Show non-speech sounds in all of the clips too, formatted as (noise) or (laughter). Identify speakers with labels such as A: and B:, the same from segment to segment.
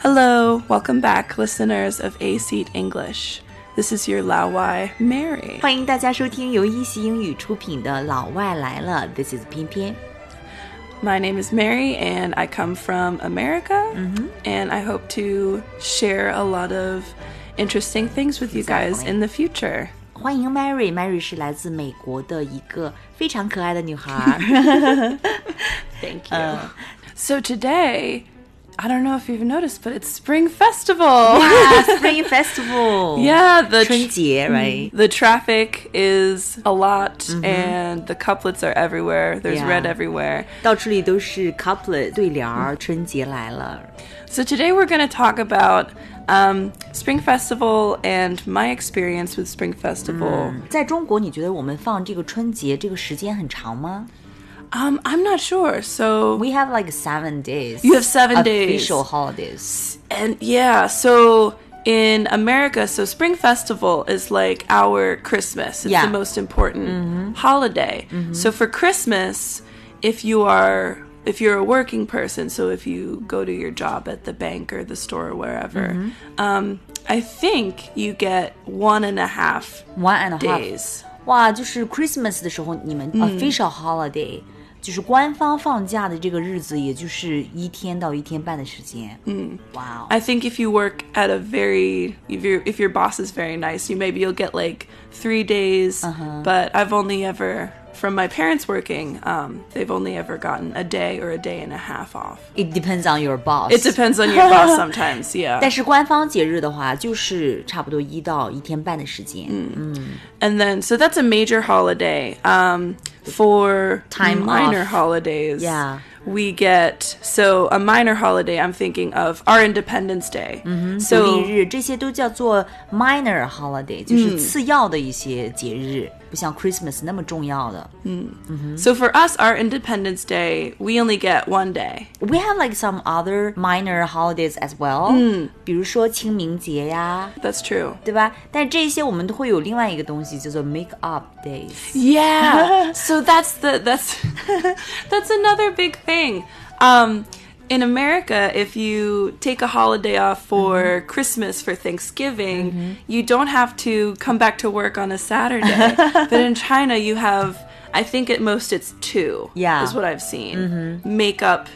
A: Hello, welcome back, listeners of A Seat English. This is your Lao Wai Mary.
B: 欢迎大家收听由一席英语出品的《老外来了》，This is 偏偏。
A: My name is Mary, and I come from America,
B: Mm-hmm.
A: and I hope to share a lot of interesting things with you guys
B: Exactly.
A: in the future.
B: 欢迎 Mary，Mary 是来自美国的一个非常可爱的女孩。
A: (laughs) Thank you. so today, I don't know if you've noticed, but it's Spring Festival.
B: (laughs) Spring Festival，
A: Yeah, the
B: 春节，right？
A: The traffic is a lot, and the couplets are everywhere. There's
B: Mm-hmm. Yeah.
A: red everywhere.
B: 到处里都是 couple 对联儿，春节来了。
A: So today we're going to talk about um, Spring Festival and my experience with Spring Festival.
B: 在中国，你觉得我们放这个春节这个时间很长吗
A: Um, I'm not sure. So
B: ？We have like seven days.
A: You have seven days.
B: official holidays.
A: and yeah, so in America, so Spring Festival is like our Christmas. It's
B: Yeah. Mm-hmm.
A: the most important holiday. So for Christmas, if you are if you're a working person, so if you go to your job at the bank or the store or wherever,
B: Mm-hmm.
A: um, I think you get one and a half
B: One and a half
A: days.
B: 哇，就是 Christmas 的时候，你们 official holiday、就是官方放假的这个日子，也就是一天到一天半的时间。嗯，哇哦，
A: I think if you work at a very if your if your boss is very nice, you maybe you'll get like three days.
B: Uh-huh.
A: But I've only ever from my parents working, um, they've only ever gotten a day or a day and a half off.
B: it depends on your boss。
A: It depends on your
B: (laughs)
A: boss sometimes, yeah.
B: 但是官方节日的话，就是差不多一到一天半的时间。嗯
A: And then so that's a major holiday. Um, for
B: Time
A: minor
B: off.
A: holidays,
B: Yeah.
A: we get so a minor holiday. I'm thinking of our Independence Day.
B: Mm-hmm.
A: So
B: 独立日这些都叫做 minor holiday，就是次要的一些节日，不像 Christmas 那么重要的。Mm-hmm.
A: so for us, our Independence Day, we only get one day.
B: We have like some other minor holidays as well，比如说清明节呀，
A: That's true.
B: 对吧？但这些我们都会有另外一个东西叫做 make up
A: (laughs)
B: days。
A: Yeah. so that's the that's (laughs) that's another big thing. Um in America, if you take a holiday off for Christmas, for Thanksgiving, you don't have to come back to work on a Saturday. but in China, you have, I think at most it's two.
B: Yeah.
A: Is what I've seen. Makeup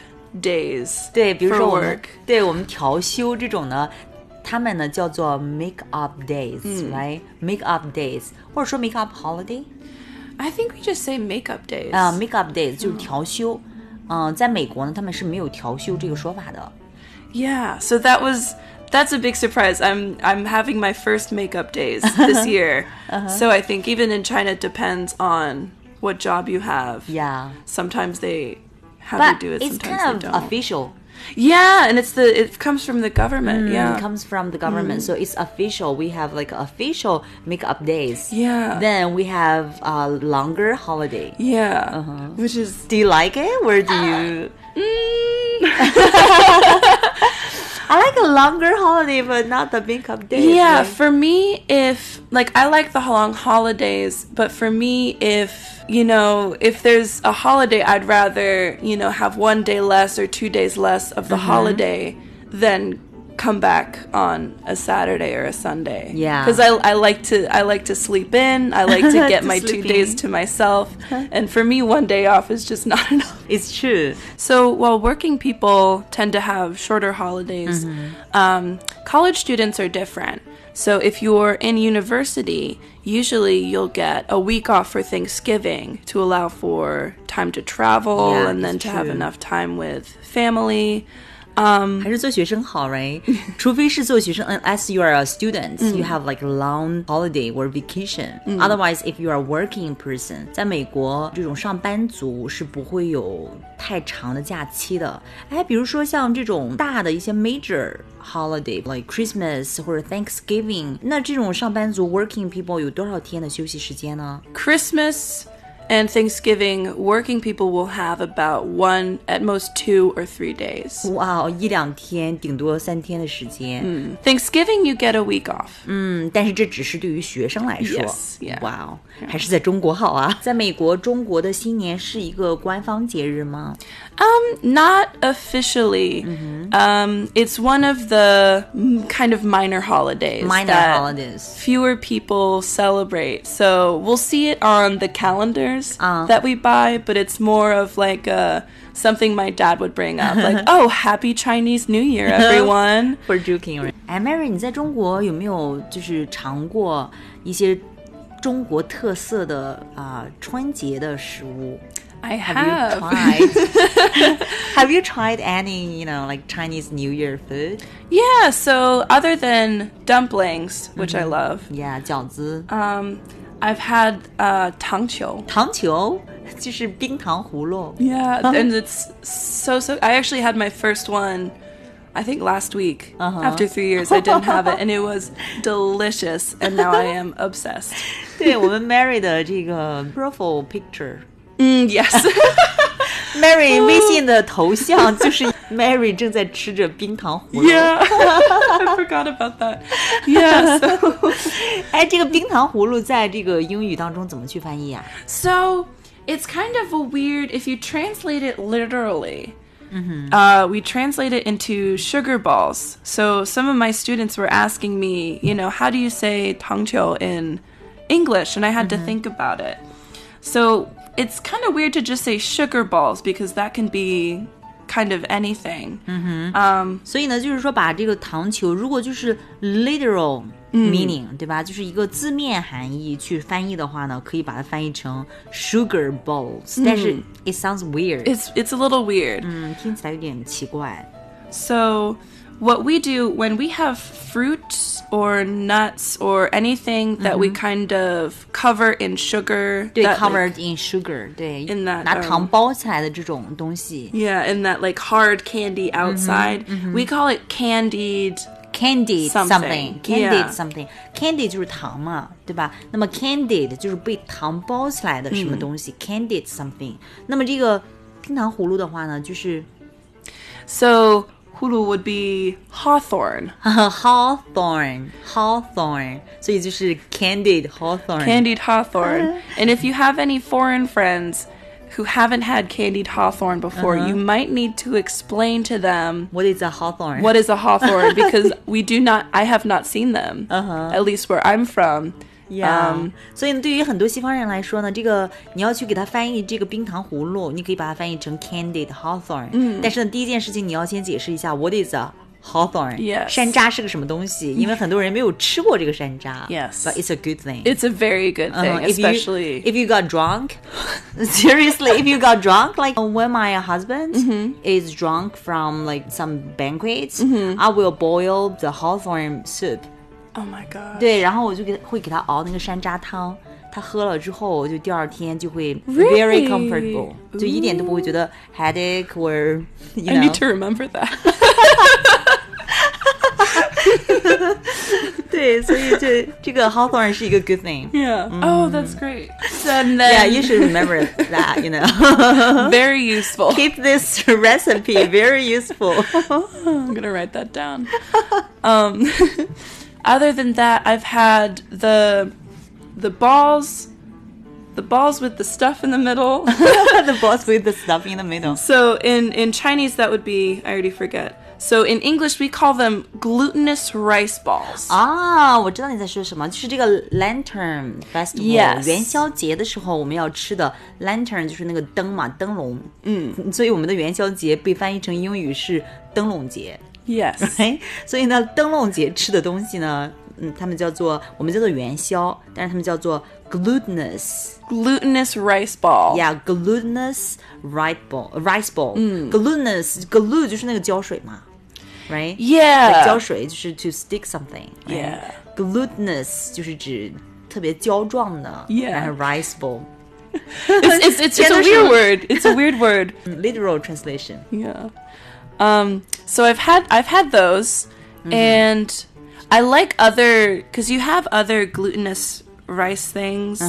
A: days.
B: 对，比如
A: for
B: 说我们
A: work.
B: 对我们调休这种呢，他们呢叫做 make up days，right？make up days，或者说 make up holiday
A: I think we just say makeup days.
B: 啊，make up days 就是调休。嗯，在美国呢，他们是没有调休这个说法的。
A: Yeah, so that was that's a big surprise. I'm I'm having my first makeup
B: (laughs)
A: days this year.
B: Uh-huh.
A: So I think even in China it depends on what job you have.
B: Yeah.
A: Sometimes they have
B: But
A: you do it,
B: it's
A: sometimes
B: kind of
A: they don't.
B: official.
A: yeah, and it's the it comes from the government. yeah. Mm.
B: It comes from the government, so it's official. We have like official make up days.
A: Yeah.
B: Then we have a longer holiday.
A: yeah.
B: Uh-huh.
A: Which is
B: Do you like it? Where do you? (laughs) I like a longer holiday, but not the big up day.
A: Yeah,
B: Like,
A: for me, if like I like the long holidays, but for me, if you know, if there's a holiday, I'd rather you know have one day less or two days less of the
B: Mm-hmm.
A: holiday than come back on a Saturday or a Sunday.
B: Yeah.
A: because I, I like to I like to sleep in. I like to get
B: (laughs) To
A: my two
B: sleep
A: days
B: in.
A: to myself, and for me, one day off is just not (laughs) enough.
B: it's true.
A: So while working people tend to have shorter holidays,
B: Mm-hmm.
A: um, college students are different. So if you're in university, usually you'll get a week off for Thanksgiving to allow for time to travel
B: Yeah,
A: and then
B: it's
A: to have
B: true.
A: enough time with family.
B: 还是做学生好，right？除 (laughs) 非是做学生，unless you are a student, you have like long holiday or vacation.、Otherwise, if you are a working person，在美国这种上班族是不会有太长的假期的。哎，比如说像这种大的一些 major holiday，like Christmas 或者 Thanksgiving，那这种上班族 working people 有多少天的休息时间呢？
A: Christmas and Thanksgiving, working people will have about one, at most two or three days.
B: 哇、哦一两天，顶多三天的时间。嗯
A: Thanksgiving, you get a week off.
B: 但是这只是对于学生来说。
A: Yes, yeah.
B: 哇哦，还是在中国好啊！在美国，中国的新年是一个官方节日吗？
A: Um, not officially.
B: Mm-hmm.
A: Um, it's one of the mm, kind of minor holidays.
B: Minor
A: that
B: holidays.
A: Fewer people celebrate, so we'll see it on the calendars
B: Uh.
A: that we buy. But it's more of like uh something my dad would bring up,
B: (laughs)
A: like, "Oh, happy Chinese New Year, everyone!"
B: For joking, right? 哎，Mary，你在中国有没有就是尝过一些中国特色的啊、春节的食物
A: I
B: you
A: have.
B: (laughs) tried? Have you tried any, you know, like Chinese New Year food?
A: yeah. So other than dumplings, which
B: Mm-hmm.
A: I love,
B: Yeah，饺子、
A: um, I've had uh, tangqiu.
B: 糖球，就是冰糖葫芦。
A: Yeah, and it's so so. I actually had my first one, I think last week. After three years, I didn't have it, and it (laughs) was delicious. And now I am obsessed.
B: 对我们 Mary 的这个 profile
A: (laughs)
B: picture。
A: Mm, yes,
B: Mary 微信的头像就是 Mary 正在吃着冰糖葫芦。
A: yeah, I forgot about (laughs) that. Yes.
B: 哎，这个冰糖葫芦在这个英语当中怎么去翻译啊？
A: So it's kind of a weird if you translate it literally. Uh, we translate it into sugar balls. So some of my students were asking me, you know, how do you say tangqiu in English? And I had to think about it. So it's kind of weird to just say sugar balls because that can be kind of anything.
B: 所以呢，就是说把这个糖球，如果就是 literal
A: 嗯
B: meaning，、对吧？就是一个字面含义去翻译的话呢，可以把它翻译成 sugar balls，、但
A: 嗯
B: 是 it sounds weird，
A: It's it's a little weird.
B: 嗯，听起来有点奇怪。
A: So, what we do when we have fruits or nuts or anything that we kind of cover in sugar,
B: 对
A: that, like,
B: ，covered in sugar，对
A: In that,
B: 拿
A: um,
B: 糖包起来的这种东西
A: yeah, and that like hard candy outside, we call it candied.
B: ，candied
A: something,
B: something，candied
A: yeah
B: something，candy 就是糖嘛，对吧？那么 candied 就是被糖包起来的什么
A: 嗯
B: 东西，candied something。那么这个冰糖葫芦的话呢，就是。 (laughs)
A: So, hulu would be hawthorn,
B: Hawthorn, Hawthorn，所以就是 Candid Hawthorn。
A: candied hawthorn. and if you have any foreign friends who haven't had candied hawthorn before, you might need to explain to them
B: What is a Hawthorn？
A: what is a
B: (laughs)
A: hawthorn because we do not i have not seen them at least where i'm from
B: Uh-huh. Yeah，、
A: um,
B: 嗯所以呢，对于很多西方人来说呢，这个你要去给它翻译这个冰糖葫芦，你可以把它翻译成 Candid Hawthorn。嗯，但是呢，第一件事情你要先解释一下 What is a Hawthorn？、
A: Yes
B: 山楂是个什么东西？因为很多人没有吃过这个山楂。
A: Yes
B: But it's a good thing.
A: it's a very good thing
B: Uh-huh. If you-
A: especially
B: if you got drunk, (laughs) seriously, if you got drunk, like when my husband
A: Mm-hmm.
B: is drunk from like some banquets,
A: Mm-hmm.
B: I will boil the hawthorn soup.
A: oh my god
B: 对，然后我就给会给他熬那个山楂汤。他喝了之后，就第二天就会 very
A: Really?
B: comfortable，、就一点都不会觉得 headache or (laughs) you
A: i need
B: know
A: to remember
B: (laughs)
A: that
B: 对，所以这
A: (laughs)
B: 这个 hawthorn 是一个 good thing。
A: yeah oh that's
B: Mm.
A: great and then
B: Yeah, you should remember that. You know, (laughs)
A: very useful
B: keep this (laughs) recipe very useful.
A: (laughs)
B: (laughs)
A: i'm gonna write that down um (laughs) other than that i've had the the balls the balls with the stuff in the middle
B: the boss with the stuff in the middle.
A: So in in Chinese that would be I already forget. So in English we call them glutinous rice balls.
B: Ah. 啊，我知道你在说什么，就是这个 Lantern Festival，、
A: Yes
B: 元宵节的时候我们要吃的 Lantern 就是那个灯嘛，灯笼。嗯，所以我们的元宵节被翻译成英语是灯笼节。 (laughs)
A: Yes.
B: 哎，所以呢，灯笼节吃的东西呢，嗯，他们叫做我们叫做元宵，但是他们叫做 glutinous。
A: (laughs) glutinous rice ball.
B: Yeah, glutinous rice ball, rice ball. 嗯，glutinous glue 就是那个胶水嘛，right?
A: Yeah.
B: 胶水就是 to stick something. right?
A: Yeah.
B: Glutinous 就是指特别胶状的
A: Yeah.
B: 然后 rice ball.
A: It's it's, it's, it's a weird word. It's a weird word.
B: Literal translation.
A: Yeah. Um so I've had I've had those and I like other cuz you have other glutinous rice things.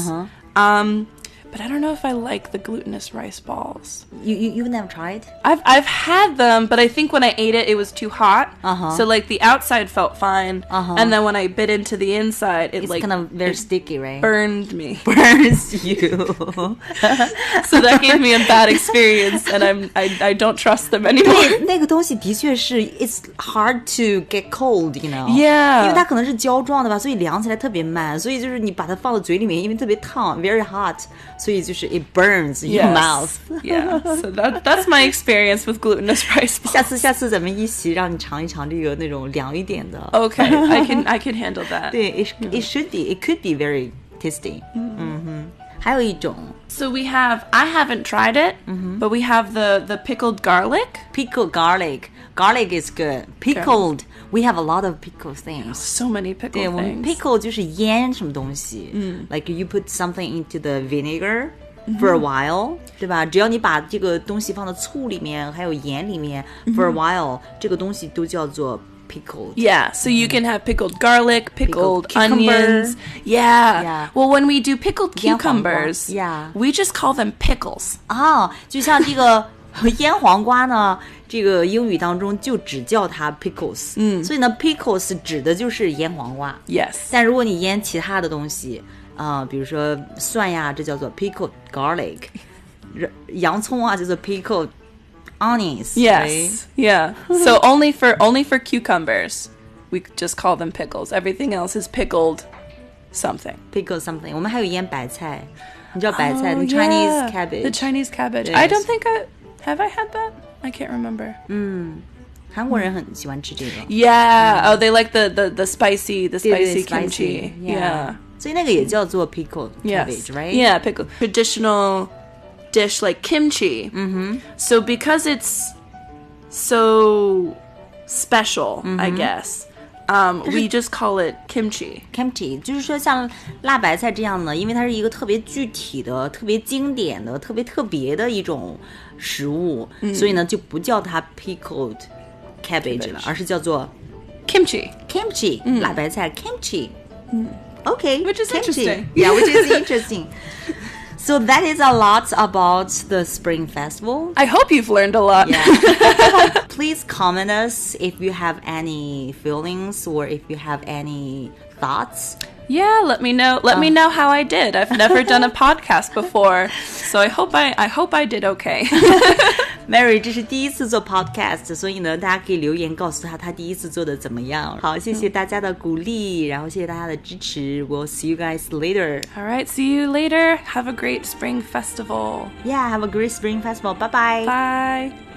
A: Um But I don't know if I like the glutinous rice balls.
B: You you you never tried?
A: I've I've had them, but I think when I ate it, it was too hot.
B: Uh-huh.
A: So like the outside felt fine,
B: Uh-huh.
A: and then when I bit into the inside, it
B: It's
A: like
B: kind of very
A: it
B: sticky, right?
A: burned me.
B: (laughs) Burns you.
A: so that gave me a bad experience, and I'm I, I don't trust them
B: (laughs)
A: anymore.
B: (laughs) 那个东西的确是，it's hard to get cold, you know.
A: Yeah.
B: 因为它可能是胶状的吧，所以凉起来特别慢，所以就是你把它放到嘴里面，因为特别烫，very hot，所以就是 it burns your mouth。
A: yeah. So that that's my experience with glutinous rice balls.
B: 下次下次咱们一起让你尝一尝这个那种凉一点的。 (laughs)
A: Okay, I can I can handle that.
B: 对，it it should be, it could be very tasty。嗯
A: Mm.
B: 哼，还有一种
A: So we have I haven't tried it,
B: Mm-hmm.
A: but we have the the pickled garlic.
B: pickled garlic, garlic is good. Pickled, we have a lot of pickled things.
A: So many pickled
B: 对我们
A: things. Mm.
B: pickle 就是腌什么东西，嗯，like you put something into the vinegar
A: Mm-hmm.
B: for a while，、对吧？只要你把这个东西放到醋里面，还有盐里面、for
A: Mm-hmm.
B: a while，这个东西都叫做 pickle。
A: Yeah, so you can have pickled garlic, pickled,
B: Mm-hmm. Pickled cucumber.
A: onions. Yeah.
B: Yeah.
A: Well, when we do pickled
B: Yeah, huang guo.
A: cucumbers,
B: Yeah.
A: we just call them pickles.
B: 啊、就像这个 (laughs) 腌黄瓜呢，这个英语当中就只叫它 pickles，嗯，所以呢，pickles 指的就是腌黄瓜。
A: Yes.
B: 但如果你腌其他的东西，啊、比如说蒜呀，这叫做 pickled
A: (laughs)
B: garlic，然洋葱啊，叫做 pickled onions。
A: Yes.
B: (laughs)
A: Yeah. so only for only for cucumbers, we just call them pickles. Everything else is pickled something.
B: p i c k l e something。我们还有腌白菜，你知道白菜、
A: Oh,
B: the Chinese
A: yeah,
B: cabbage，
A: The Chinese cabbage.
B: Yes. Mm-hmm.
A: I don't think I have I had that. I can't remember.
B: 韩国人很喜欢吃这个。Mm-hmm.
A: Yeah. Oh, they like the, the the spicy the
B: 对对
A: spicy kimchi.
B: spicy，yeah 所以那个也叫做 pickled
A: Yes.
B: cabbage，right？
A: Yeah, pickle. Traditional dish like kimchi. Mm-hmm. So because it's so special, I guess, (laughs) um, we just call it kimchi.
B: kimchi，就是说像辣白菜这样的，因为它是一个特别具体的、特别经典的、特别特别的一种食物，所以呢就不叫它 pickled cabbage 了
A: Cabbage，
B: 而是叫做
A: Kimchi.
B: kimchi、辣白菜 kimchi。嗯，OK，which
A: Which is interesting.
B: yeah，which is interesting。So that is a lot about the Spring Festival.
A: I hope you've learned a lot.
B: Yeah. (laughs) Please comment us if you have any feelings or if you have any thoughts.
A: (laughs) Yeah, let me know. Let me know how I did. I've never done (laughs) a podcast before, so I hope I I hope I did (laughs) okay.
B: Mary，这是第一次做 podcast，所以呢，大家可以留言告诉他他第一次做的怎么样。好，谢谢大家的鼓励，然后谢谢大家的支持。We'll see you guys later.
A: All right, see you later. Have a great spring festival.
B: Yeah, have a great spring festival. Bye bye.
A: Bye.